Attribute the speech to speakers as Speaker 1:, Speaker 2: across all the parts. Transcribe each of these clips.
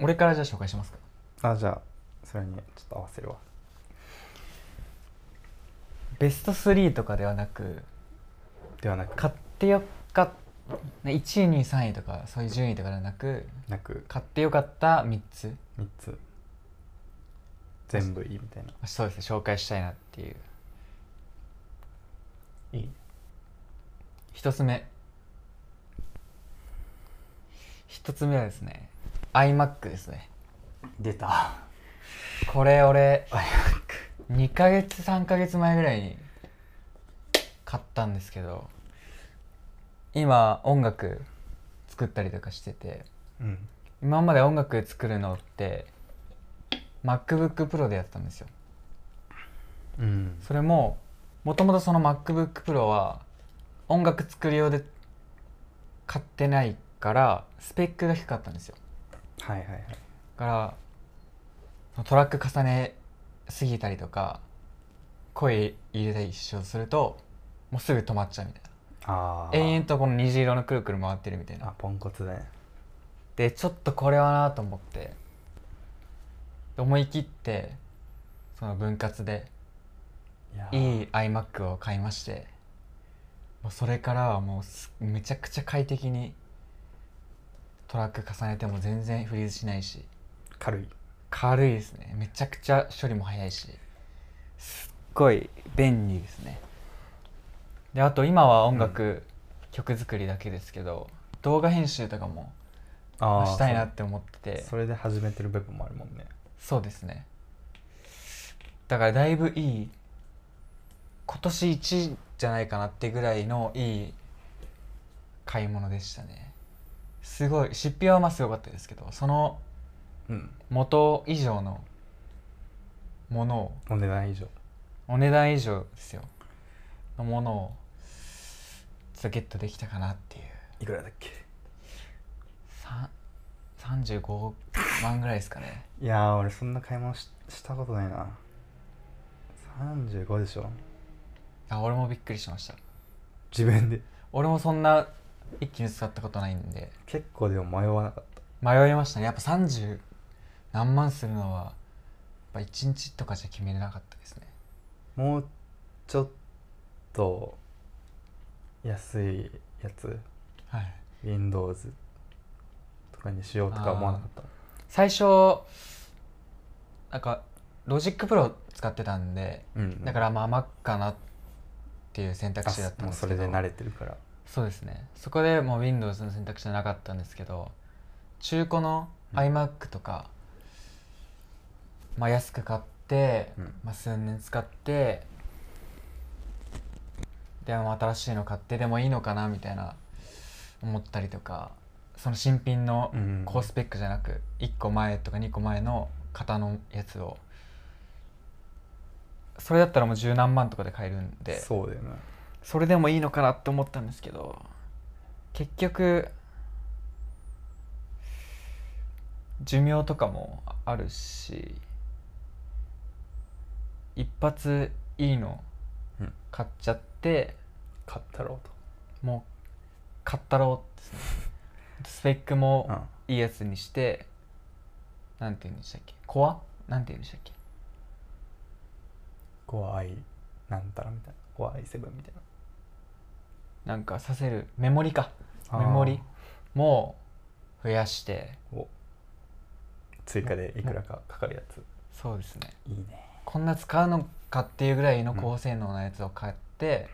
Speaker 1: 俺からじゃあ紹介しますか
Speaker 2: あじゃあそれにちょっと合わせるわ
Speaker 1: ベスト3とかではなく
Speaker 2: ではなく
Speaker 1: 買ってよかった1位2位3位とかそういう順位とかではなく
Speaker 2: なく
Speaker 1: 買ってよかった3つ
Speaker 2: 3つ全部いいみたいな
Speaker 1: そうですね紹介したいなっていう
Speaker 2: いい
Speaker 1: 一つ目一つ目はですね iMac ですね
Speaker 2: 出た
Speaker 1: これ俺2ヶ月3ヶ月前ぐらいに買ったんですけど今音楽作ったりとかしてて
Speaker 2: うん
Speaker 1: 今まで音楽作るのって MacBookPro でやってたんですよ
Speaker 2: うん
Speaker 1: それももともとその MacBookPro は音楽作る用で買ってないからスペックが低かったんですよ
Speaker 2: はいはいはい
Speaker 1: だからトラック重ねすぎたりとか声入れたりしようとするともうすぐ止まっちゃうみたいな
Speaker 2: あー
Speaker 1: 永遠とこの虹色のくるくる回ってるみたいな
Speaker 2: あポンコツだね
Speaker 1: でちょっとこれはなと思ってで思い切ってその分割で
Speaker 2: いや
Speaker 1: い
Speaker 2: ー
Speaker 1: い iMac を買いましてもうそれからはもうすめちゃくちゃ快適にトラック重ねても全然フリーズしないし
Speaker 2: 軽い
Speaker 1: 軽いですねめちゃくちゃ処理も早いしすっごい便利ですねであと今は音楽、曲作りだけですけど動画編集とかも
Speaker 2: あー
Speaker 1: したいなって思ってて
Speaker 2: それで始めてる部分もあるもんね
Speaker 1: そうですねだからだいぶいい今年1じゃないかなってぐらいのいい買い物でしたねすごい出費はまあすごかったですけどその
Speaker 2: うん
Speaker 1: 元以上のものを
Speaker 2: お値段以上
Speaker 1: お値段以上ですよのものをちょっとゲットできたかなっていう
Speaker 2: いくらだっけ
Speaker 1: さん35万ぐらいですかね
Speaker 2: いやー俺そんな買い物ししたことないな35でしょ
Speaker 1: あ俺もびっくりしました
Speaker 2: 自分で
Speaker 1: 俺もそんな一気に使ったことないんで
Speaker 2: 結構でも迷わなかっ
Speaker 1: 迷いましたねやっぱ30何万するのはやっぱ1日とかじゃ決めれなかったですね
Speaker 2: たもうちょっと安いやつ
Speaker 1: はい
Speaker 2: Windows とかにしようとか思わなかった
Speaker 1: 最初なんかロジックプロ使ってたんで
Speaker 2: うん
Speaker 1: だからまあ Mac かなっていう選択肢だったん
Speaker 2: もう
Speaker 1: です
Speaker 2: そ
Speaker 1: けど
Speaker 2: れで慣れてるから
Speaker 1: そうですねそこでもう Windows の選択肢はなかったんですけど中古の iMac とか、まあ、安く買って、
Speaker 2: うん
Speaker 1: まあ、数年使ってでも新しいの買ってでもいいのかなみたいな思ったりとかその新品の
Speaker 2: うん
Speaker 1: 高スペックじゃなく1個前とか2個前の型のやつをそれだったらもう十何万とかで買えるんで
Speaker 2: そうだよね
Speaker 1: それでもいいのかなって思ったんですけど結局寿命とかもあるし一発いいの
Speaker 2: うん
Speaker 1: 買っちゃって、
Speaker 2: 買ったろう
Speaker 1: もう買ったろうですねスペック
Speaker 2: と、うん
Speaker 1: も、いいやつにしてなんて言うんでしたっけコアなんて言うんでしたっけ
Speaker 2: 怖いなんたらみたいな怖いセブンみたい
Speaker 1: なんかさせるメモリか
Speaker 2: な
Speaker 1: メモリ
Speaker 2: あ
Speaker 1: も増やして
Speaker 2: ーを追加でいくらかかかるやつ
Speaker 1: そうですね
Speaker 2: いいね
Speaker 1: こんな使うのかっていうぐらいの高性能なやつを買って、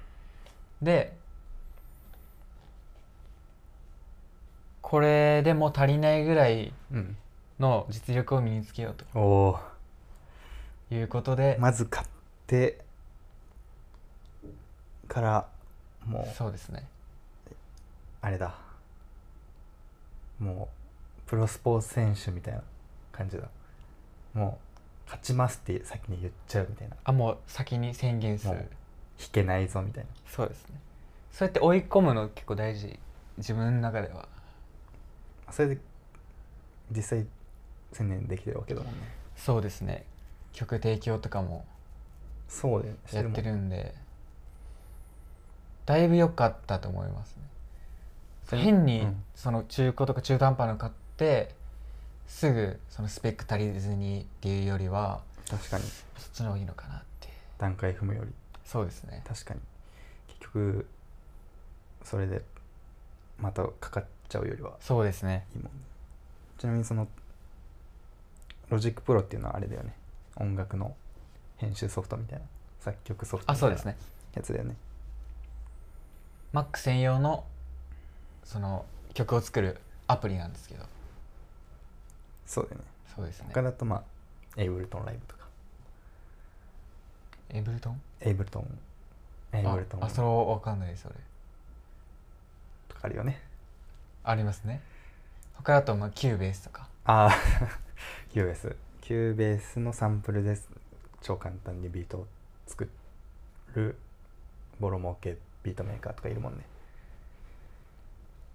Speaker 1: でこれでも足りないぐらい
Speaker 2: うん
Speaker 1: の実力を身につけようと
Speaker 2: おお
Speaker 1: いうことで、
Speaker 2: まず買ってからもう
Speaker 1: そうですね
Speaker 2: あれだもうプロスポーツ選手みたいな感じだもう勝ちますって先に言っちゃうみたいな
Speaker 1: あもう先に宣言す
Speaker 2: もう
Speaker 1: る
Speaker 2: 引けないぞみたいな
Speaker 1: そうですねそうやって追い込むの結構大事自分の中では
Speaker 2: それで実際専念できてるわけだもんね
Speaker 1: そうですね曲提供とかも
Speaker 2: そうだよね
Speaker 1: やって
Speaker 2: もん
Speaker 1: るんでだいぶ良かったと思いますね
Speaker 2: それ
Speaker 1: 変に
Speaker 2: うん
Speaker 1: その中古とか中途半端なの買ってすぐそのスペック足りずにっていうよりは
Speaker 2: 確かに
Speaker 1: そっちの方がいいのかなって
Speaker 2: 段階踏むより
Speaker 1: そうですね
Speaker 2: 確かに結局それでまたかかっちゃうよりは
Speaker 1: そうですね
Speaker 2: いいもんねちなみにそのロジックプロっていうのはあれだよね音楽の編集ソフトみたいな作曲ソフト
Speaker 1: あ
Speaker 2: みた
Speaker 1: そう
Speaker 2: い
Speaker 1: で
Speaker 2: な
Speaker 1: すね
Speaker 2: やつだよね
Speaker 1: Mac 専用のその曲を作るアプリなんですけど
Speaker 2: そうだよね
Speaker 1: そうですね
Speaker 2: 他だとまあエイブルトンライブとか
Speaker 1: エイブルトン
Speaker 2: エイブルトンエイブルトン
Speaker 1: ああそれ
Speaker 2: と
Speaker 1: は分かんないです俺
Speaker 2: かあるよね
Speaker 1: ありますね他だとまあキューベースとか
Speaker 2: ああ QS キューベースのサンプルです超簡単にビートを作るボロ儲けビートメーカーとかいるもんね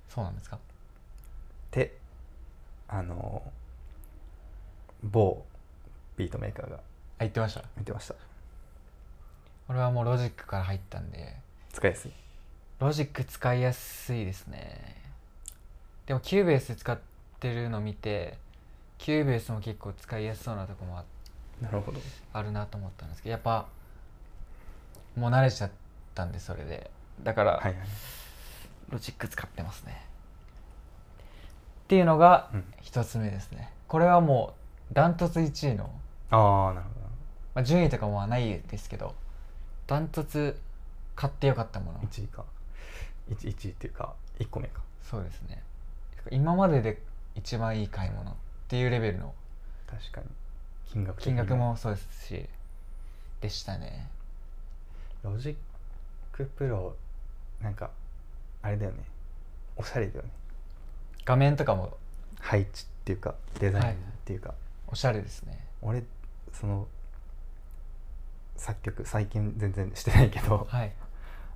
Speaker 1: そうなんですか
Speaker 2: ってあの某ビートメーカーが
Speaker 1: あ言ってました
Speaker 2: 見てました
Speaker 1: 俺はもうロジックから入ったんで
Speaker 2: 使いやすい
Speaker 1: ロジック使いやすいですねでもキューベース使ってるの見てキューベースも結構使いやすそうなとこもあ
Speaker 2: なるほど
Speaker 1: あるなと思ったんですけどやっぱもう慣れちゃったんでそれでだから、
Speaker 2: はいはい
Speaker 1: ロジック使ってますねっていうのが
Speaker 2: うん
Speaker 1: 一つ目ですねこれはもうダントツ1位の、
Speaker 2: ああなるほ
Speaker 1: まあ、順位とかもはないですけどダントツ買ってよかったもの
Speaker 2: ど1位か1位っていうか1個目か
Speaker 1: そうですね今までで一番いい買い物っていうレベルの
Speaker 2: 確かに金額的
Speaker 1: 金
Speaker 2: に
Speaker 1: 額もそうですしでしたね
Speaker 2: ロジックプロなんかあれだよねおしゃれだよね
Speaker 1: 画面とかも
Speaker 2: 配置っていうかデザインっていうか、
Speaker 1: おしゃれですね
Speaker 2: 俺その作曲最近全然してないけど
Speaker 1: はい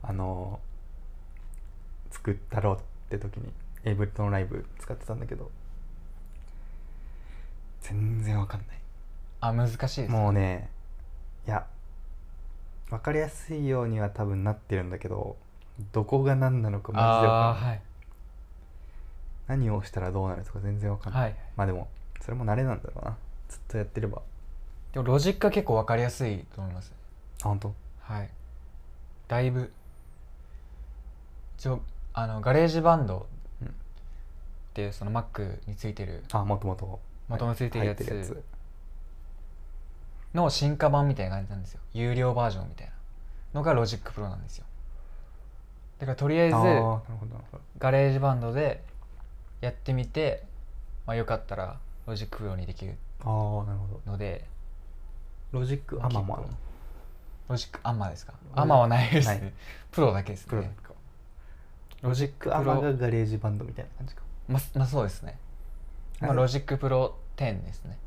Speaker 2: あの作ったろうって時にエイブルトンライブ使ってたんだけど全然わかんない
Speaker 1: あ難しいです
Speaker 2: もうねいやわかりやすいようには多分なってるんだけどどこが何なのかマジでわ
Speaker 1: あ
Speaker 2: かん
Speaker 1: ー
Speaker 2: ない、
Speaker 1: はい
Speaker 2: 何をしたらどうなるとか全然わかんない、
Speaker 1: はい
Speaker 2: まあでもそれも慣れなんだろうなずっとやってればあ
Speaker 1: でもロジックは結構わかりやすいと思います
Speaker 2: 本当
Speaker 1: はいだいぶ一応あのガレージバンド
Speaker 2: うん
Speaker 1: っていうその Mac についてる
Speaker 2: あもともと
Speaker 1: 元々ついてるやつ
Speaker 2: 入ってるや
Speaker 1: の進化版みたいな感じなんですよ有料バージョンみたいなのがロジックプロなんですよだからとりあえ
Speaker 2: つ
Speaker 1: ず
Speaker 2: ああーなるほどなるほど
Speaker 1: ガレージバンドでやってみて、まあ、よかったらロジックプロにできる
Speaker 2: ああなるほど
Speaker 1: ので
Speaker 2: ロジックアマもある
Speaker 1: 結ロジックアンマですか
Speaker 2: ロジ
Speaker 1: アンマはないです
Speaker 2: ない
Speaker 1: ねプロだけです
Speaker 2: プロ
Speaker 1: ね
Speaker 2: か
Speaker 1: ロジックプロ
Speaker 2: アマがガレージバンドみたいな感じか
Speaker 1: まあまあそうですね、まあ、
Speaker 2: あれ
Speaker 1: ロジックプロ10ですね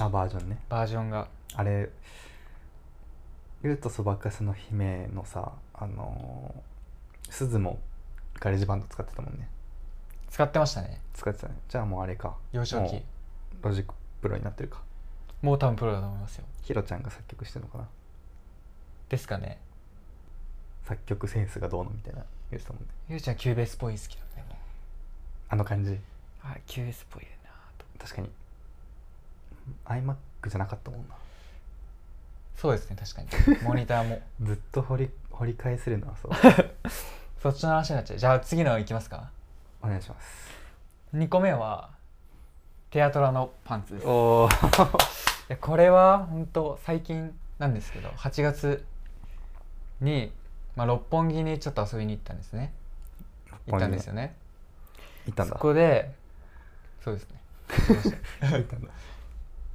Speaker 2: あバージョンね
Speaker 1: バージョンが
Speaker 2: あれルートそばかすの姫のさあのー、すずもガレージバンド使ってたもんね
Speaker 1: 使ってましたね
Speaker 2: 使ってたねじゃあもうあれか
Speaker 1: 幼少期
Speaker 2: もうロジックプロになってるか
Speaker 1: もう多分プロだと思いますよ
Speaker 2: ヒロちゃんが作曲してるのかな
Speaker 1: ですかね
Speaker 2: 作曲センスがどうのみたいな言ってたもんね
Speaker 1: ゆうちゃんキューベースっぽい好きだね
Speaker 2: あの感じ
Speaker 1: あキューベースっぽいよなと
Speaker 2: 確かに iMac じゃなかったもんな
Speaker 1: そうですね確 かにモニターも
Speaker 2: ずっと掘り掘り返せるなそう
Speaker 1: そっちの話になっちゃうじゃあ次のいきますか
Speaker 2: お願いします
Speaker 1: 2個目はテアトラのパンツですい
Speaker 2: お お
Speaker 1: やこれは本当最近なんですけど8月に、まあ、六本木にちょっと遊びに行ったんですね行ったんですよね
Speaker 2: 行ったん
Speaker 1: そ
Speaker 2: だ
Speaker 1: こでそうですね
Speaker 2: 行ったんだ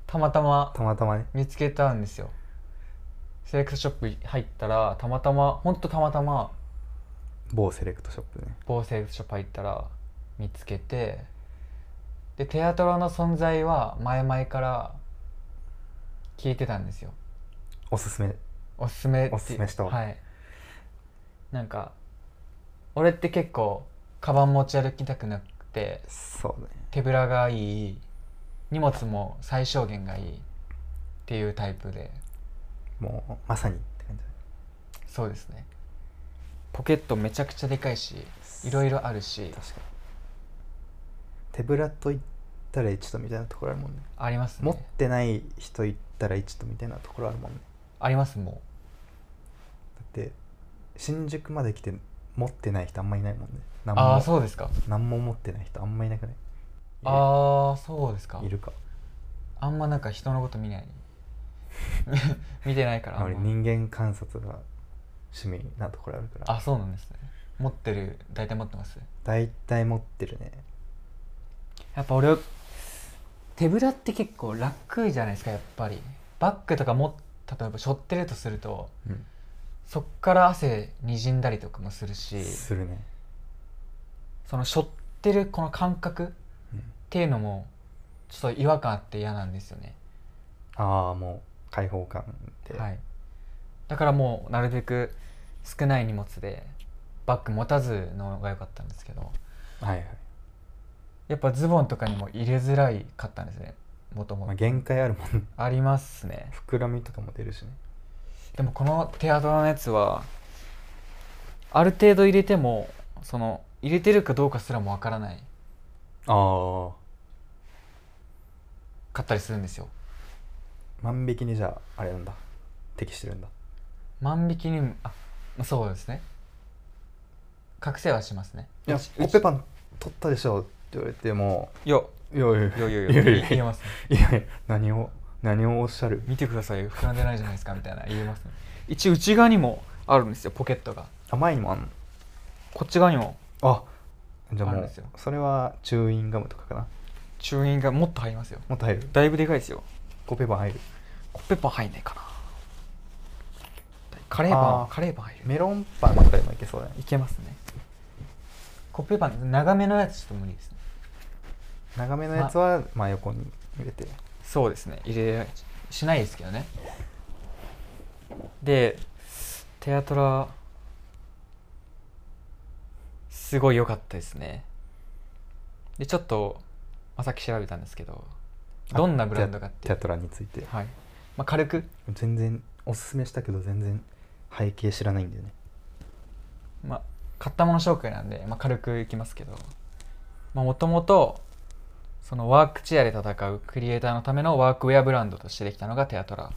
Speaker 1: たまたま
Speaker 2: たまたまね
Speaker 1: 見つけたんですよセレクトショップ入ったらたまたまほんとたまたま
Speaker 2: 某セレクトショップでね
Speaker 1: 某セレクトショップ入ったら見つけてでテアトラの存在は前々から聞いてたんですよ
Speaker 2: おすすめ
Speaker 1: おすすめって
Speaker 2: おすすめしたわ
Speaker 1: はいなんか俺って結構カバン持ち歩きたくなくて
Speaker 2: そうね
Speaker 1: 手ぶらがいい荷物も最小限がいいっていうタイプで
Speaker 2: もうまさにって感じだね
Speaker 1: そうですねポケットめちゃくちゃでかいしいろいろあるし
Speaker 2: 確かに手ぶらと言っったら1とみたいなところあるもんね
Speaker 1: あります
Speaker 2: 持っ
Speaker 1: ね
Speaker 2: てない人行ったら1とみたいなところあるもんね
Speaker 1: ありますも
Speaker 2: だって新宿まで来て持ってない人あんまいないもんね
Speaker 1: う
Speaker 2: 何
Speaker 1: ああ
Speaker 2: も
Speaker 1: そうですか
Speaker 2: 何も持ってない人あんまいなくない
Speaker 1: ああそうですか
Speaker 2: いるか
Speaker 1: あんまなんか人のこと見ない 見てないからあん
Speaker 2: 俺
Speaker 1: ま
Speaker 2: 人間観察が趣味なところあるから
Speaker 1: あそうなんですね持ってる大体持ってます
Speaker 2: 大体持ってるね
Speaker 1: やっぱ俺手ぶらって結構楽じゃないですかやっぱりバッグとかも例えば背負ってるとするとそっから汗にじんだりとかもするし
Speaker 2: するね
Speaker 1: その背負ってるこの感覚っ
Speaker 2: うん
Speaker 1: ていうのもちょっと違和感あって嫌なんですよね、
Speaker 2: ああもう開放感で、
Speaker 1: はい、だからもうなるべく少ない荷物でバッグ持たずのが良かったんですけど
Speaker 2: はいはい
Speaker 1: やっぱズボンとかにも入れづらいかったんですねもとも
Speaker 2: まあ、
Speaker 1: と
Speaker 2: 限界あるもん
Speaker 1: ありますね
Speaker 2: 膨らみとかも出るしね
Speaker 1: でもこのテアドラのやつはある程度入れてもその入れてるかどうかすらもわからない
Speaker 2: ああ
Speaker 1: かったりするんですよ
Speaker 2: 万引きにじゃああれなんだ適してるんだ
Speaker 1: 万引きにもあまあそうですね覚醒はしますね
Speaker 2: いや
Speaker 1: うち
Speaker 2: コッペパン取ったでしょって言われても
Speaker 1: よ
Speaker 2: いやいやい
Speaker 1: よよよ
Speaker 2: いやいやいや
Speaker 1: 言えますね
Speaker 2: いやいや何を何をおっしゃる
Speaker 1: 見てくださいよ膨らんでないじゃないですかみたいな言えますね一応内側にもあるんですよポケットが
Speaker 2: 甘いにもあんの
Speaker 1: こっち側にも
Speaker 2: あじゃあ
Speaker 1: ある
Speaker 2: も
Speaker 1: ん
Speaker 2: う
Speaker 1: ですよ
Speaker 2: それはチューインガムとかかな
Speaker 1: チューインがもっと入りますよ
Speaker 2: もっと入る
Speaker 1: だいぶでかいですよ
Speaker 2: コッペパン入る
Speaker 1: コッペパン入んないかなカレーパ
Speaker 2: あ
Speaker 1: ン
Speaker 2: ー
Speaker 1: カレーパン入る
Speaker 2: メロンパンとかでもいけそうだね
Speaker 1: いけますねコッペパン長めのやつちょっと無理ですね
Speaker 2: 長めのやつはまあ横に入れて
Speaker 1: そうですね入れしないですけどねでテアトラすごい良かったですねでちょっと、まあ、さっき調べたんですけど
Speaker 2: あ
Speaker 1: どんなブランドかって
Speaker 2: テアトラについて
Speaker 1: はい、まあ、軽く、
Speaker 2: 全然おすすめしたけど全然背景知らないんだよね
Speaker 1: まあ、買ったもの紹介なんで、まあ、軽くいきますけどもともとそのワークチェアで戦うクリエイターのためのワークウェアブランドとしてできたのがテアトラ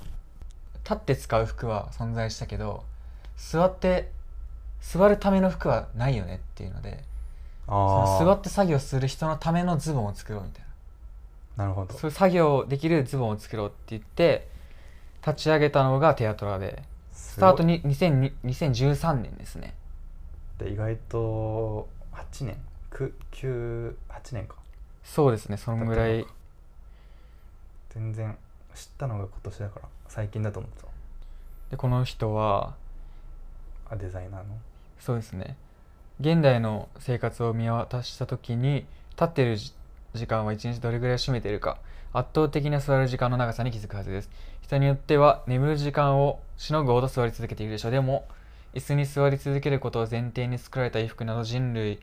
Speaker 1: 立って使う服は存在したけど座って座るための服はないよねっていうのでその座って作業する人のためのズボンを作ろうみたい
Speaker 2: なるほど
Speaker 1: なそういう作業できるズボンを作ろうって言って立ち上げたのがテアトラで
Speaker 2: ス
Speaker 1: スタートに2002 2013年ですね
Speaker 2: で意外と8年98年か
Speaker 1: そうですねそのぐら
Speaker 2: だっ
Speaker 1: い
Speaker 2: 全然知ったのが今年だから最近だと思ってた
Speaker 1: でこの人は
Speaker 2: あデザイナーの
Speaker 1: そうですね現代の生活を見渡した時に立っているじ時間は一日どれぐらい占めているか圧倒的な座る時間の長さに気づくはずです人によっては眠る時間をしのぐほど座り続けているでしょうでも椅子に座り続けることを前提に作られた衣服など人類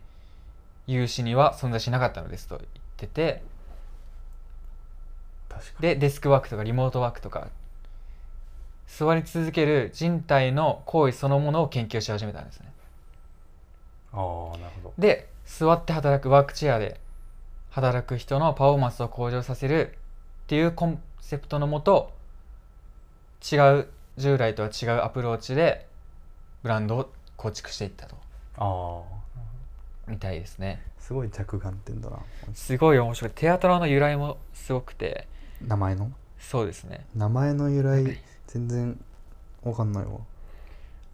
Speaker 1: 有志には存在しなかったのですと言ってて
Speaker 2: 確かに
Speaker 1: でデスクワークとかリモートワークとか座り続ける人体の行為そのものを研究し始めたんですね
Speaker 2: ああなるほど
Speaker 1: で座って働くワークチェアで働く人のパフォーマンスを向上させるっていうコンセプトのもと違う従来とは違うアプローチでブランドを構築していったと
Speaker 2: あ
Speaker 1: みたいですね
Speaker 2: あすごい着眼点だな
Speaker 1: すごい面白いテアトラの由来もすごくて
Speaker 2: 名前の
Speaker 1: そうですね
Speaker 2: 名前の由来全然わかんないわ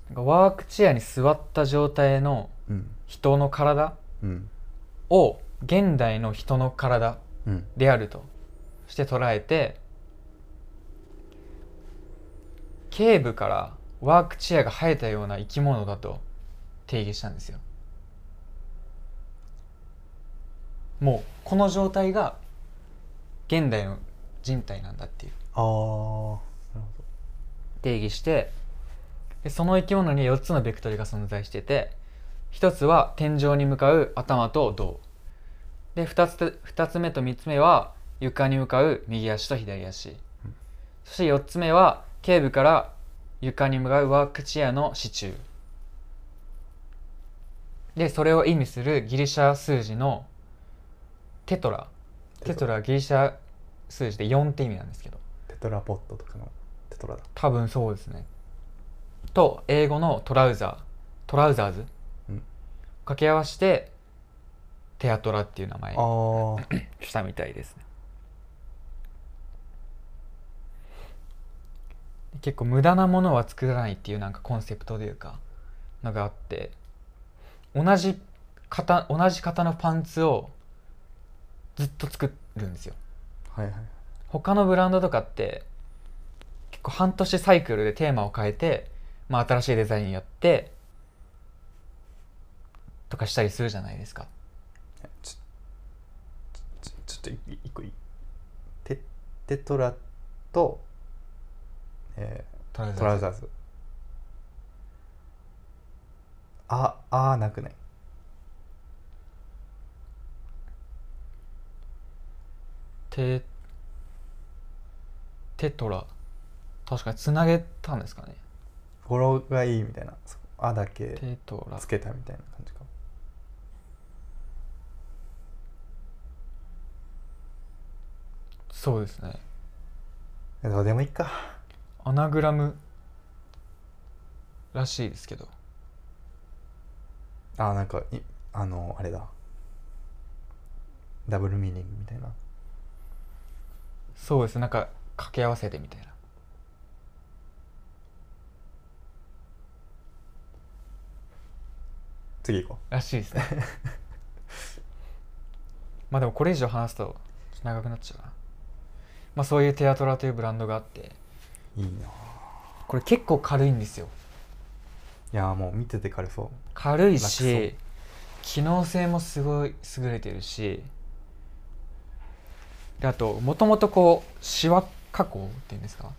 Speaker 1: なんかワークチェアに座った状態の
Speaker 2: うん
Speaker 1: 人の体
Speaker 2: うん
Speaker 1: を現代の人の体
Speaker 2: うん
Speaker 1: であるとして捉えて頸部からワークチェアが生えたような生き物だと定義したんですよもうこの状態が現代の人体なんだっていう
Speaker 2: ああなるほ
Speaker 1: 定義してでその生き物に4つのベクトルが存在してて1つは天井に向かう頭と胴で 2, つと2つ目と3つ目は床に向かう右足と左足そして4つ目は頸部から床に向かうワークチェアの支柱でそれを意味するギリシャ数字のテトラテトラはギリシャ数字で4って意味なんですけど
Speaker 2: テトラポットとかのテトラだ
Speaker 1: 多分そうですねと英語のトラウザートラウザーズ、
Speaker 2: うん
Speaker 1: 掛け合わせてテアトラっていう名前
Speaker 2: あー
Speaker 1: したみたいですね結構無駄なものは作らないっていうなんかコンセプトというかのがあって同じ型同じ型のパンツをずっと作るんですよ
Speaker 2: はいはい
Speaker 1: 他のブランドとかって結構半年サイクルでテーマを変えて、まあ、新しいデザインやってとかしたりするじゃないですか
Speaker 2: ちちちちょっとい一個いいテテトラと、え
Speaker 1: トラウ
Speaker 2: ー、トラウザーズああーなくない
Speaker 1: テテトラ確かにつなげたんですかね
Speaker 2: フォローがいいみたいなそうあだけ
Speaker 1: テトラ
Speaker 2: つけたみたいな感じか
Speaker 1: そうですね
Speaker 2: えどうでもいいか
Speaker 1: アナグラムらしいですけど
Speaker 2: あなんかいあのあれだダブルミーニングみたいな
Speaker 1: そうですなんか掛け合わせてみたいな
Speaker 2: 次行こ
Speaker 1: らしい ですねまあでもこれ以上話すとちょっと長くなっちゃうなまあそういうテアトラというブランドがあって
Speaker 2: ういいな
Speaker 1: これ結構軽いんですよ
Speaker 2: いやーもう見てて軽そう
Speaker 1: 軽い
Speaker 2: 楽
Speaker 1: し機能性もすごい優れてるしであともともとこうシワ加工っていうんですか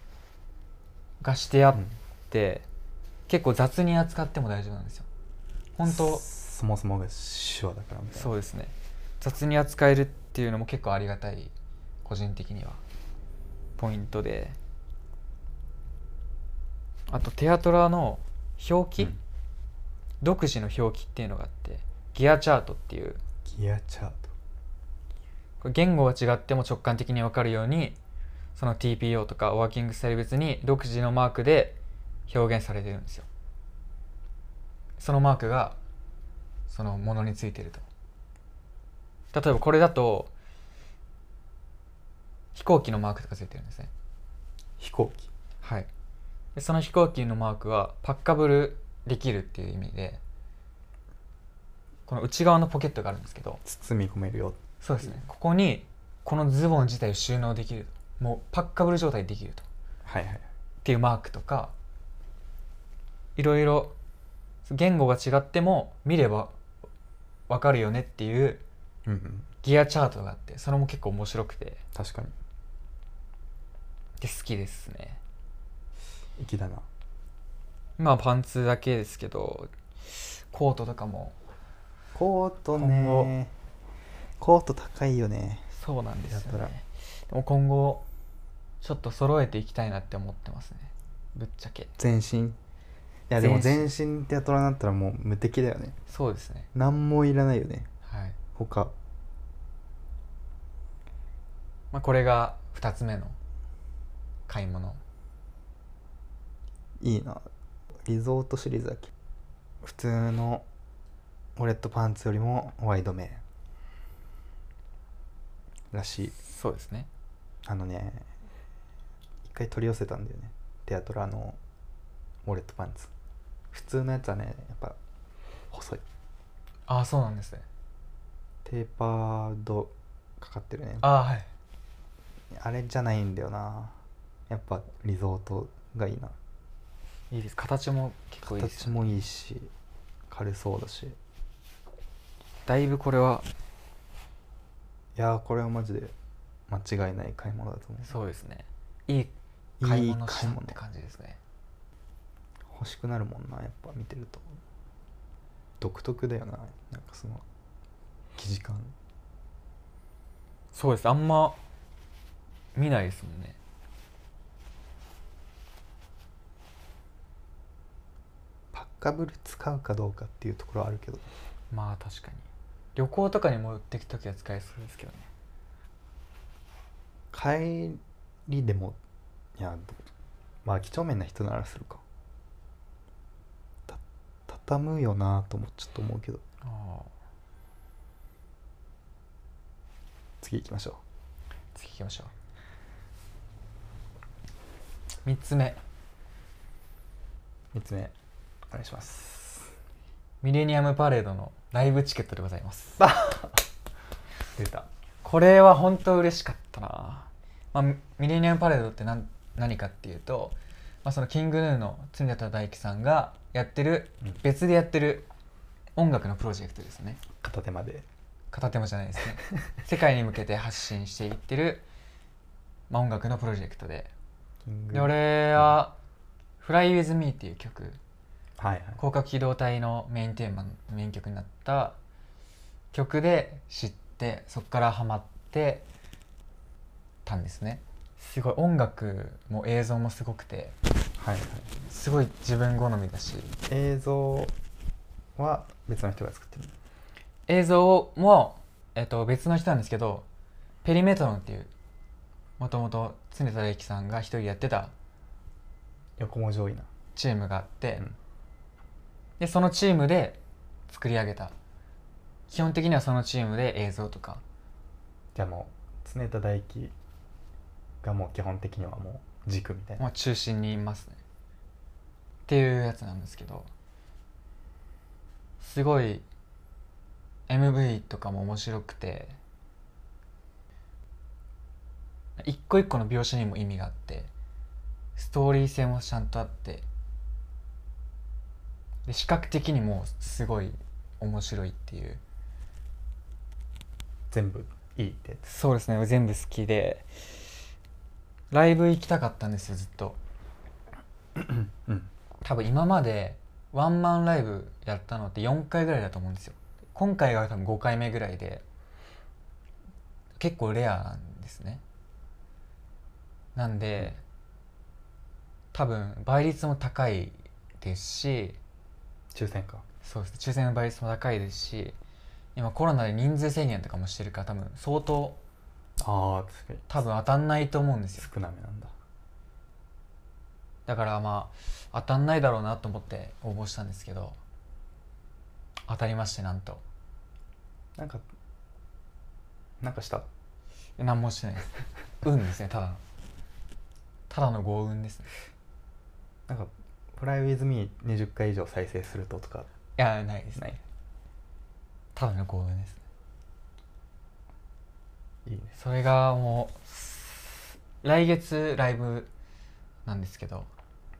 Speaker 1: がしてあって、結構雑に扱っても大丈夫なんですよ本当
Speaker 2: そそもそもが手話だからみたいな
Speaker 1: そうですね雑に扱えるっていうのも結構ありがたい個人的にはポイントであとテアトラの表記、
Speaker 2: うん
Speaker 1: 独自の表記っていうのがあってギアチャートっていう
Speaker 2: ギアチャート
Speaker 1: これ言語が違っても直感的に分かるようにその TPO とかワーキングスタイル別に独自のマークで表現されてるんですよそのマークがそのものについてると例えばこれだと飛行機のマークとかついてるんですね
Speaker 2: 飛行機
Speaker 1: はいでその飛行機のマークはパッカブルできるっていう意味でこの内側のポケットがあるんですけど
Speaker 2: 包み込めるよ
Speaker 1: そうですねここにこのズボン自体を収納できるもうパッカブル状態でできるとっ
Speaker 2: はいはい
Speaker 1: ていうマークとかいろいろ言語が違っても見ればわかるよねっていう
Speaker 2: うん、うん、
Speaker 1: ギアチャートがあってそれも結構面白くて
Speaker 2: 確かに
Speaker 1: で好きですね
Speaker 2: 粋だな
Speaker 1: 今はパンツだけですけどコートとかも
Speaker 2: コート
Speaker 1: 今後
Speaker 2: ねコート高いよね
Speaker 1: そうなんですよ
Speaker 2: やたら
Speaker 1: ねでも今後ちょっと揃えていきたいなって思ってますねぶっちゃけ
Speaker 2: 全身いやでも
Speaker 1: 全
Speaker 2: 全身テアトラになったらもう無敵だよね
Speaker 1: そうですね
Speaker 2: 何もいらないよね
Speaker 1: はい
Speaker 2: 他
Speaker 1: まあ、これが2つ目の買い物
Speaker 2: いいなリゾートシリーズだっけ普通のウォレットパンツよりもワイドめらしい
Speaker 1: そうですね
Speaker 2: あのね一回取り寄せたんだよねテアトラのウォレットパンツ普通のやつはねやっぱ細い
Speaker 1: ああそうなんですね
Speaker 2: テーパードかかってるねあ
Speaker 1: ああはい
Speaker 2: れじゃないんだよなやっぱリゾートがいいない
Speaker 1: いです形も結構いいです
Speaker 2: 形
Speaker 1: よ
Speaker 2: もいいし軽そうだし
Speaker 1: だいぶこれはい
Speaker 2: やーこれはマジで間違いない買い物だと思う
Speaker 1: そうですねいい買い物した
Speaker 2: い
Speaker 1: っ
Speaker 2: い買い
Speaker 1: て
Speaker 2: 物
Speaker 1: 感じですね
Speaker 2: 欲しくなるもんなやっぱ見てると独特だよななんかその生地感
Speaker 1: そうですあんま見ないですもんね
Speaker 2: パッカブル使うかどうかっていうところはあるけど
Speaker 1: まあ確かに旅行とかにも売ってきた時は使えそうですけどね
Speaker 2: 帰りでもいやどまあ几帳面な人ならするかた畳むよなともちょっと思うけど
Speaker 1: ああ
Speaker 2: 次行きましょ
Speaker 1: 次行きましょう3つ目
Speaker 2: う3つ目お願いします
Speaker 1: ミレニアムパレードのライブチケットでございます
Speaker 2: 出た
Speaker 1: これは本当嬉しかったな、まあ、ミミレニアムパレードって何何かっていうと、まあ、そのキングヌーの常田大樹さんがやってる
Speaker 2: うん
Speaker 1: 別でやってる音楽のプロジェクトですね
Speaker 2: 片手まで
Speaker 1: 片手間じゃないです ね世界に向けて発信していってる、まあ、音楽のプロジェクトで
Speaker 2: キング
Speaker 1: で俺は「Fly with Me」っていう曲
Speaker 2: はいはい
Speaker 1: 広角機動隊のメインテーマのメイン曲になった曲で知ってそこからハマってたんですねすごい音楽も映像もすごくて
Speaker 2: はいはい
Speaker 1: すごい自分好みだし
Speaker 2: 映像は別の人が作ってる
Speaker 1: 映像も、えっと、別の人なんですけどペリメトロンっていうもともと常田大樹さんが一人やってた
Speaker 2: 横文字多いな
Speaker 1: チームがあって、
Speaker 2: うん
Speaker 1: でそのチームで作り上げた基本的にはそのチームで映像とか
Speaker 2: じゃあもう常田大輝がもう基本的にはもう軸みたいな
Speaker 1: まあ、中心にいますねっていうやつなんですけどすごい MV とかも面白くて一個一個の描写にも意味があってストーリー性もちゃんとあってで視覚的にもすごい面白いっていう
Speaker 2: 全部いいってやつ
Speaker 1: そうですね全部好きでライブ行きたかったんですよずっと
Speaker 2: うん
Speaker 1: 多分今までワンマンライブやったのって4回ぐらいだと思うんですよ今回が多分5回目ぐらいで結構レアなんですねなんで多分倍率も高いですし
Speaker 2: 抽選か
Speaker 1: そうですね抽選の倍率も高いですし今コロナで人数制限とかもしてるから多分相当
Speaker 2: ああ確かに
Speaker 1: 多分当たんないと思うんですよ
Speaker 2: 少なめなんだ
Speaker 1: だからまあ当たんないだろうなと思って応募したんですけど当たりましてなんと
Speaker 2: なんかなんかした
Speaker 1: 何もしてないです運ですねただのただの豪運ですね
Speaker 2: なんか「フライウィズミー20回以上再生するととか
Speaker 1: いやないですね
Speaker 2: ない
Speaker 1: ただの豪運ですね
Speaker 2: いいね
Speaker 1: それがもう来月ライブなんですけど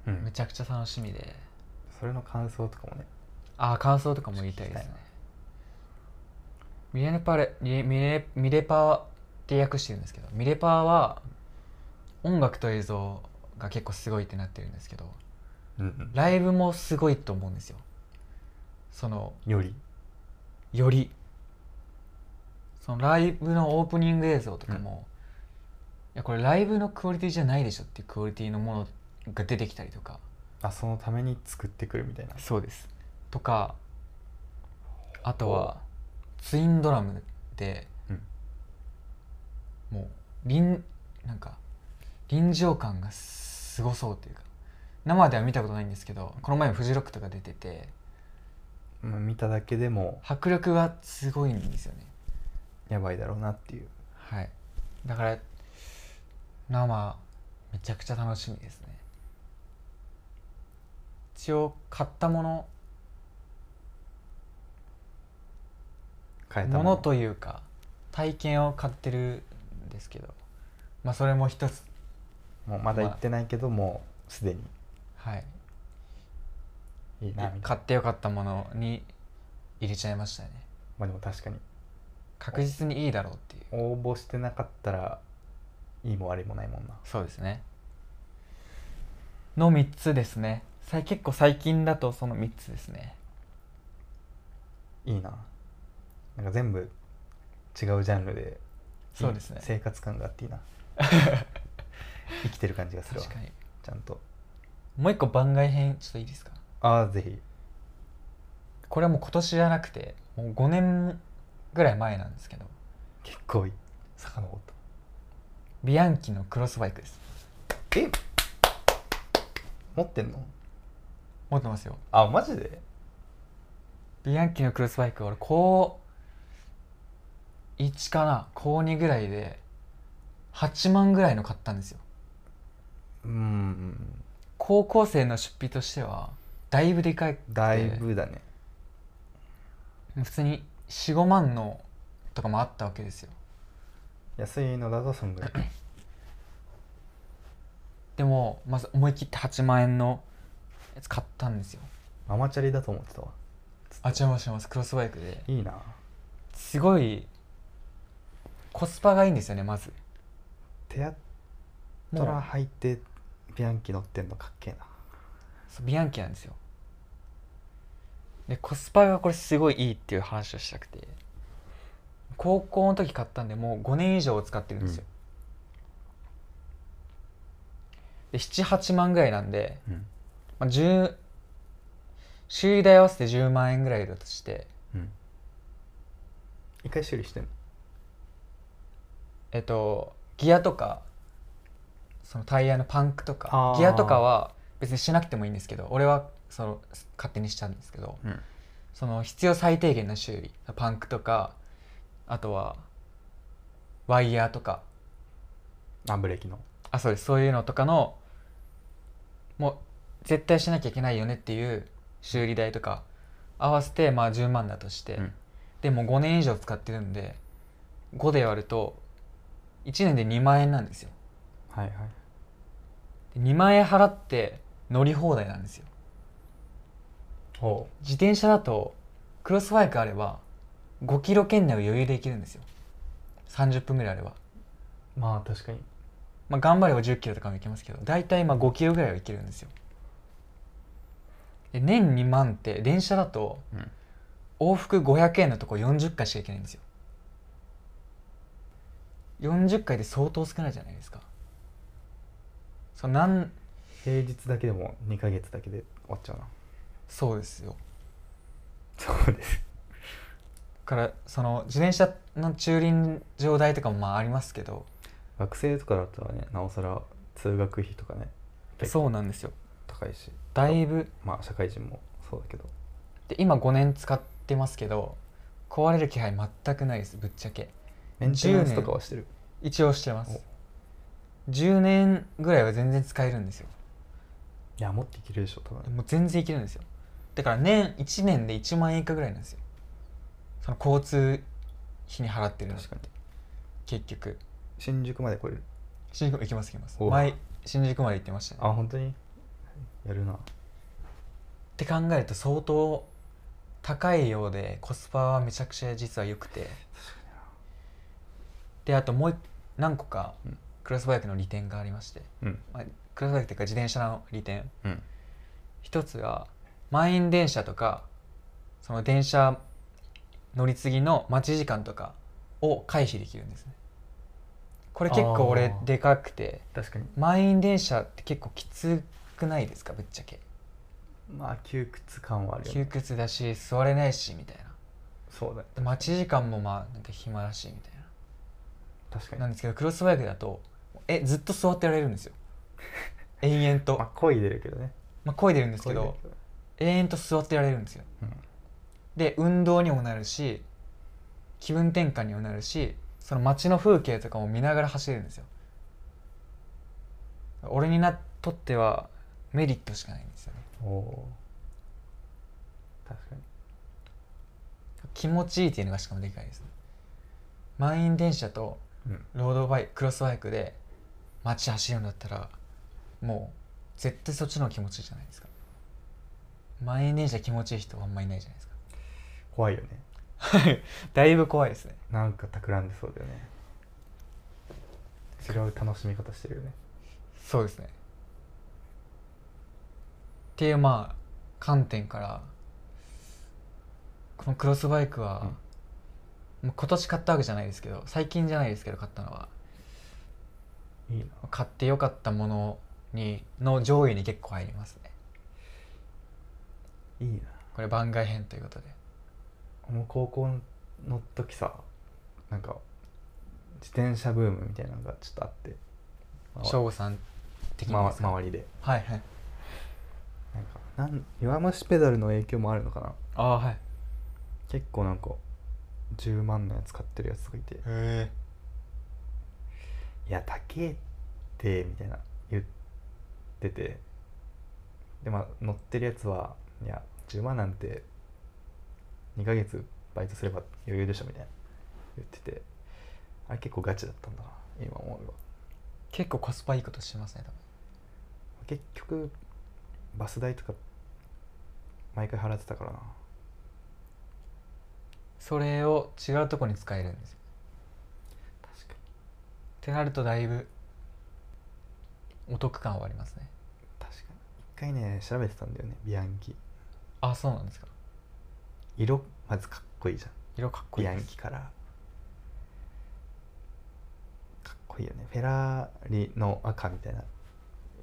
Speaker 2: う
Speaker 1: め
Speaker 2: ん
Speaker 1: ちゃくちゃ楽しみで
Speaker 2: それの感想とかもね
Speaker 1: ああ感想とかも言いたいです
Speaker 2: 聞
Speaker 1: ね
Speaker 2: きたいな
Speaker 1: ミレネパレミレミレミレパーって訳してるんですけどミレパーは音楽と映像が結構すごいってなってるんですけど
Speaker 2: うんうん
Speaker 1: ライブもすごいと思うんですよその
Speaker 2: より
Speaker 1: よりそのライブのオープニング映像とかも、いやこれライブのクオリティじゃないでしょっていうクオリティのものが出てきたりとか
Speaker 2: あそのために作ってくるみたいな
Speaker 1: そうですとかあとはツインドラムで、
Speaker 2: うん
Speaker 1: もう臨なんか臨場感がすごそうというか生では見たことないんですけどこの前もフジロックとか出てて
Speaker 2: まあ見ただけでも
Speaker 1: 迫力がすごいんですよね
Speaker 2: やばいだろうなっていう
Speaker 1: はいだから生めちゃくちゃ楽しみですね一応買ったもの
Speaker 2: 変えた
Speaker 1: ものというか体験を買ってるんですけどまあそれも一つ
Speaker 2: もうまだ行ってないけど、もうすでに
Speaker 1: はい
Speaker 2: いいなみたいな
Speaker 1: 買ってよかったものに入れちゃいましたね
Speaker 2: まあでも確かに
Speaker 1: 確実にいいだろうっていう
Speaker 2: 応募してなかったらいいも悪いもないもんな
Speaker 1: そうですねの3つですねさい結構最近だとその3つですね
Speaker 2: いいななんか全部違うジャンルでいい
Speaker 1: そうですね
Speaker 2: 生活感があっていい な生きてる感じがするわ
Speaker 1: 確かに
Speaker 2: ちゃんと
Speaker 1: もう一個番外編ちょっといいですか
Speaker 2: ああぜひ
Speaker 1: これはもう今年じゃなくてもう5年ぐらい前なんですけど
Speaker 2: 結構い遡った
Speaker 1: ビアンキのクロスバイクです
Speaker 2: え持ってんの
Speaker 1: 持ってますよ
Speaker 2: あマジで
Speaker 1: ビアンキのクロスバイク俺高1かな高2ぐらいで8万ぐらいの買ったんですよ
Speaker 2: うん
Speaker 1: 高校生の出費としてはだいぶでかい
Speaker 2: だいぶだね、
Speaker 1: 普通に45万のとかもあったわけですよ
Speaker 2: 安いのだとそんぐら い
Speaker 1: でもまず思い切って8万円のやつ買ったんですよ
Speaker 2: ママチャリだと思ってたわ
Speaker 1: あ違います違いますクロスバイクで
Speaker 2: いいな
Speaker 1: すごいコスパがいいんですよねまず
Speaker 2: テア
Speaker 1: も
Speaker 2: トラ
Speaker 1: う
Speaker 2: 履いてビアンキ乗ってんのかっけえな
Speaker 1: そうビアンキなんですよでコスパがこれすごいいいっていう話をしたくて高校の時買ったんでもう5年以上使ってるんですよ、で78万ぐらいなんで、
Speaker 2: うん
Speaker 1: まあ、10修理代合わせて10万円ぐらいだとして
Speaker 2: うん一回修理してんの
Speaker 1: えっとギアとかそのタイヤのパンクと
Speaker 2: あ
Speaker 1: か
Speaker 2: ー
Speaker 1: ギアとかは別にしなくてもいいんですけど俺はその勝手にしちゃうんですけど
Speaker 2: うん
Speaker 1: その必要最低限の修理パンクとかあとはワイヤーとか
Speaker 2: あブレーキの
Speaker 1: あそうですそういうのとかのもう絶対しなきゃいけないよねっていう修理代とか合わせてまあ10万だとして、
Speaker 2: うん
Speaker 1: でも5年以上使ってるんで5で割ると1年で2万円なんですよ
Speaker 2: はいはい
Speaker 1: で2万円払って乗り放題なんですよ
Speaker 2: ほ
Speaker 1: 自転車だとクロスバイクあれば5キロ圏内を余裕で行けるんですよ30分ぐらいあれば、
Speaker 2: うまあ確かに
Speaker 1: まあ、頑張れば1 0キロとかも行けますけど大体まあ5キロぐらいは行けるんですよで年2万って電車だと
Speaker 2: うん
Speaker 1: 往復500円のとこ40回しか行けないんですよ40回で相当少ないじゃないですかそうなん
Speaker 2: 平日だけでも2ヶ月だけで終わっちゃうな
Speaker 1: そうですよ
Speaker 2: そうです
Speaker 1: からその自転車の駐輪場代とかもまあありますけど
Speaker 2: 学生とかだったらねなおさら通学費とかねはい
Speaker 1: そうなんですよ
Speaker 2: 高いし
Speaker 1: だいぶ
Speaker 2: まあ社会人もそうだけど
Speaker 1: で今5年使ってますけど壊れる気配全くないですぶっちゃけ
Speaker 2: メンテナンスとかはしてる
Speaker 1: 一応してます10年ぐらいは全然使えるんですよ
Speaker 2: いやもっといけるでしょ多分
Speaker 1: もう全然いけるんですよだから年1年で1万円以下ぐらいなんですよその交通費に払ってるの
Speaker 2: 確かに
Speaker 1: 結局
Speaker 2: 新宿まで来れる
Speaker 1: 新宿行きます行きます
Speaker 2: おう
Speaker 1: 前新宿まで行ってましたね
Speaker 2: あ本当にやるな
Speaker 1: って考えると相当高いようでコスパはめちゃくちゃ実は良くてであともう一何個か
Speaker 2: うん
Speaker 1: クロスバイクの利点がありまして、
Speaker 2: うん
Speaker 1: まあ、クロスバイクというか自転車の利点
Speaker 2: うん
Speaker 1: 一つが満員電車とかその電車乗り継ぎの待ち時間とかを回避できるんですねこれ結構
Speaker 2: あ
Speaker 1: 俺
Speaker 2: ー
Speaker 1: でかくて
Speaker 2: 確かに
Speaker 1: 満員電車って結構きつくないですかぶっちゃけ
Speaker 2: まあ窮屈感はあるよ
Speaker 1: 窮
Speaker 2: ね
Speaker 1: 屈だし座れないしみたいな
Speaker 2: そうだ
Speaker 1: で待ち時間もまあなんか暇らしいみたい
Speaker 2: 確か
Speaker 1: な
Speaker 2: に
Speaker 1: なんですけどクロスバイクだとえずっと座ってられるん ですよ延々と
Speaker 2: まあ声出るけどね
Speaker 1: まあ漕いでるんですけ
Speaker 2: 声出る
Speaker 1: ど延々と座ってられるんですよ
Speaker 2: けど
Speaker 1: で運動にもなるし気分転換にもなるしその街の風景とかも見ながら走れるんですよ俺になとってはメリットしかないんですよね
Speaker 2: うんおおー確かに
Speaker 1: 気持ちいいっていうのがしかもでかいですね満員電車と
Speaker 2: うん
Speaker 1: ロードバイククロスバイクで街走るんだったらもう絶対そっちの方が気持ちいいじゃないですか満員電車気持ちいい人はあんまいないじゃないですか
Speaker 2: 怖いよね
Speaker 1: はいだいぶ怖いですね
Speaker 2: なんか企んでそうだよね違う楽しみ方してるよね
Speaker 1: そうですねっていうまあ観点からこのクロスバイクは、もう今年買ったわけじゃないですけど最近じゃないですけど買ったのはい
Speaker 2: いな
Speaker 1: 買ってよかったものにの上位に結構入りますね
Speaker 2: いいな
Speaker 1: これ番外編ということで
Speaker 2: もう高校の時さなんか自転車ブームみたいなのがちょっとあって、まあ
Speaker 1: 省吾さん的に
Speaker 2: まわ
Speaker 1: ですか
Speaker 2: 周りで
Speaker 1: はいはい
Speaker 2: なんかなん弱虫ペダルの影響もあるのかな
Speaker 1: ああはいへ
Speaker 2: 結構なんか10万のやつ買ってるやつとかいて
Speaker 1: え
Speaker 2: 「いや高えって」みたいな言っててでまあ乗ってるやつは「いや10万なんて2ヶ月バイトすれば余裕でしょ」みたいな言っててあれ結構ガチだったんだな今思えば
Speaker 1: 結構コスパいいことしてますね多分
Speaker 2: 結局バス代とか毎回払ってたからな
Speaker 1: それを違うとこに使えるんですよ
Speaker 2: 確かに
Speaker 1: ってなるとだいぶお得感はありますね
Speaker 2: 確かに一回ね調べてたんだよねビアンキ
Speaker 1: あそうなんですか
Speaker 2: 色まずかっこいいじゃん
Speaker 1: 色かっこい
Speaker 2: ビ
Speaker 1: い
Speaker 2: ア
Speaker 1: で
Speaker 2: ン
Speaker 1: す
Speaker 2: キからかっこいいよねフェラーリの赤みたいな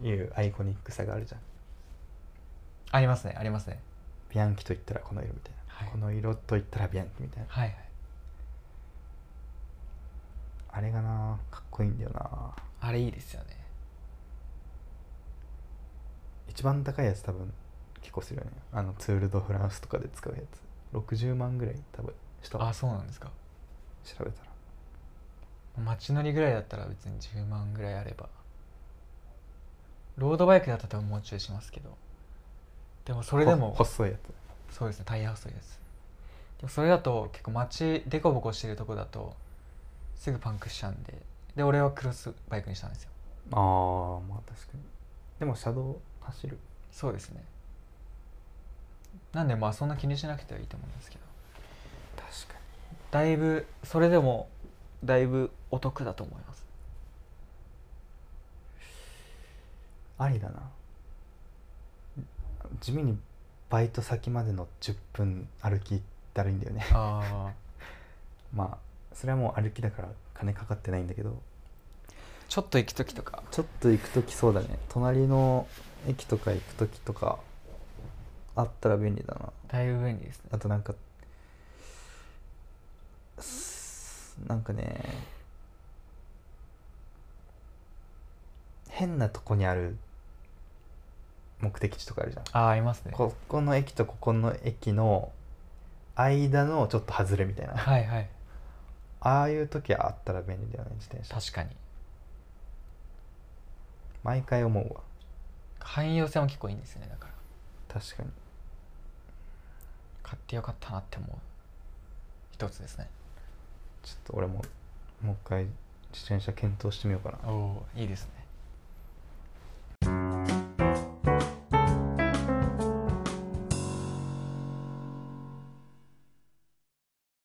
Speaker 2: いうアイコニックさがあるじゃん
Speaker 1: ありますねありますね
Speaker 2: ビアンキといったらこの色みたいな、
Speaker 1: はい
Speaker 2: この色といったらビアンキみたいな
Speaker 1: はいはい
Speaker 2: あれがなかっこいいんだよな
Speaker 1: あれいいですよね
Speaker 2: 一番高いやつ多分結構するよねあのツール・ド・フランスとかで使うやつ60万ぐらい多分した
Speaker 1: あ
Speaker 2: わ
Speaker 1: そうなんですか
Speaker 2: 調べたら
Speaker 1: 街乗りぐらいだったら別に10万ぐらいあればロードバイクだったら多分もうちょいしますけどでもそれでも
Speaker 2: ほ細いやつ
Speaker 1: そうですねタイヤ細いですでもそれだと結構街デコボコしてるとこだとすぐパンクしちゃうんでで俺はクロスバイクにしたんですよ
Speaker 2: ああまあ確かにでも車道走る
Speaker 1: そうですねなんでまあそんな気にしなくてはいいと思うんですけど
Speaker 2: 確か
Speaker 1: だいぶそれでもだいぶお得だと思います
Speaker 2: にありだな地味にバイト先までの10分歩きだるいんだよね
Speaker 1: ああ
Speaker 2: まあそれはもう歩きだから金かかってないんだけど
Speaker 1: ちょっと行く時とか
Speaker 2: ちょっと行く時そうだね隣の駅とか行く時とかあったら便利だな
Speaker 1: だいぶ便利ですね
Speaker 2: あとなんかすなんかね変なとこにある目的地とかあるじゃん
Speaker 1: ああいますね
Speaker 2: ここの駅とここの駅の間のちょっと外れみたいな
Speaker 1: はいはい
Speaker 2: ああいう時あったら便利だよね自転車
Speaker 1: 確かに
Speaker 2: 毎回思うわ
Speaker 1: 汎用性も結構いいんですよねだから
Speaker 2: 確かに
Speaker 1: 買ってよかったなって思う一つですね
Speaker 2: ちょっと俺ももう一回自転車検討してみようかな
Speaker 1: おおいいですね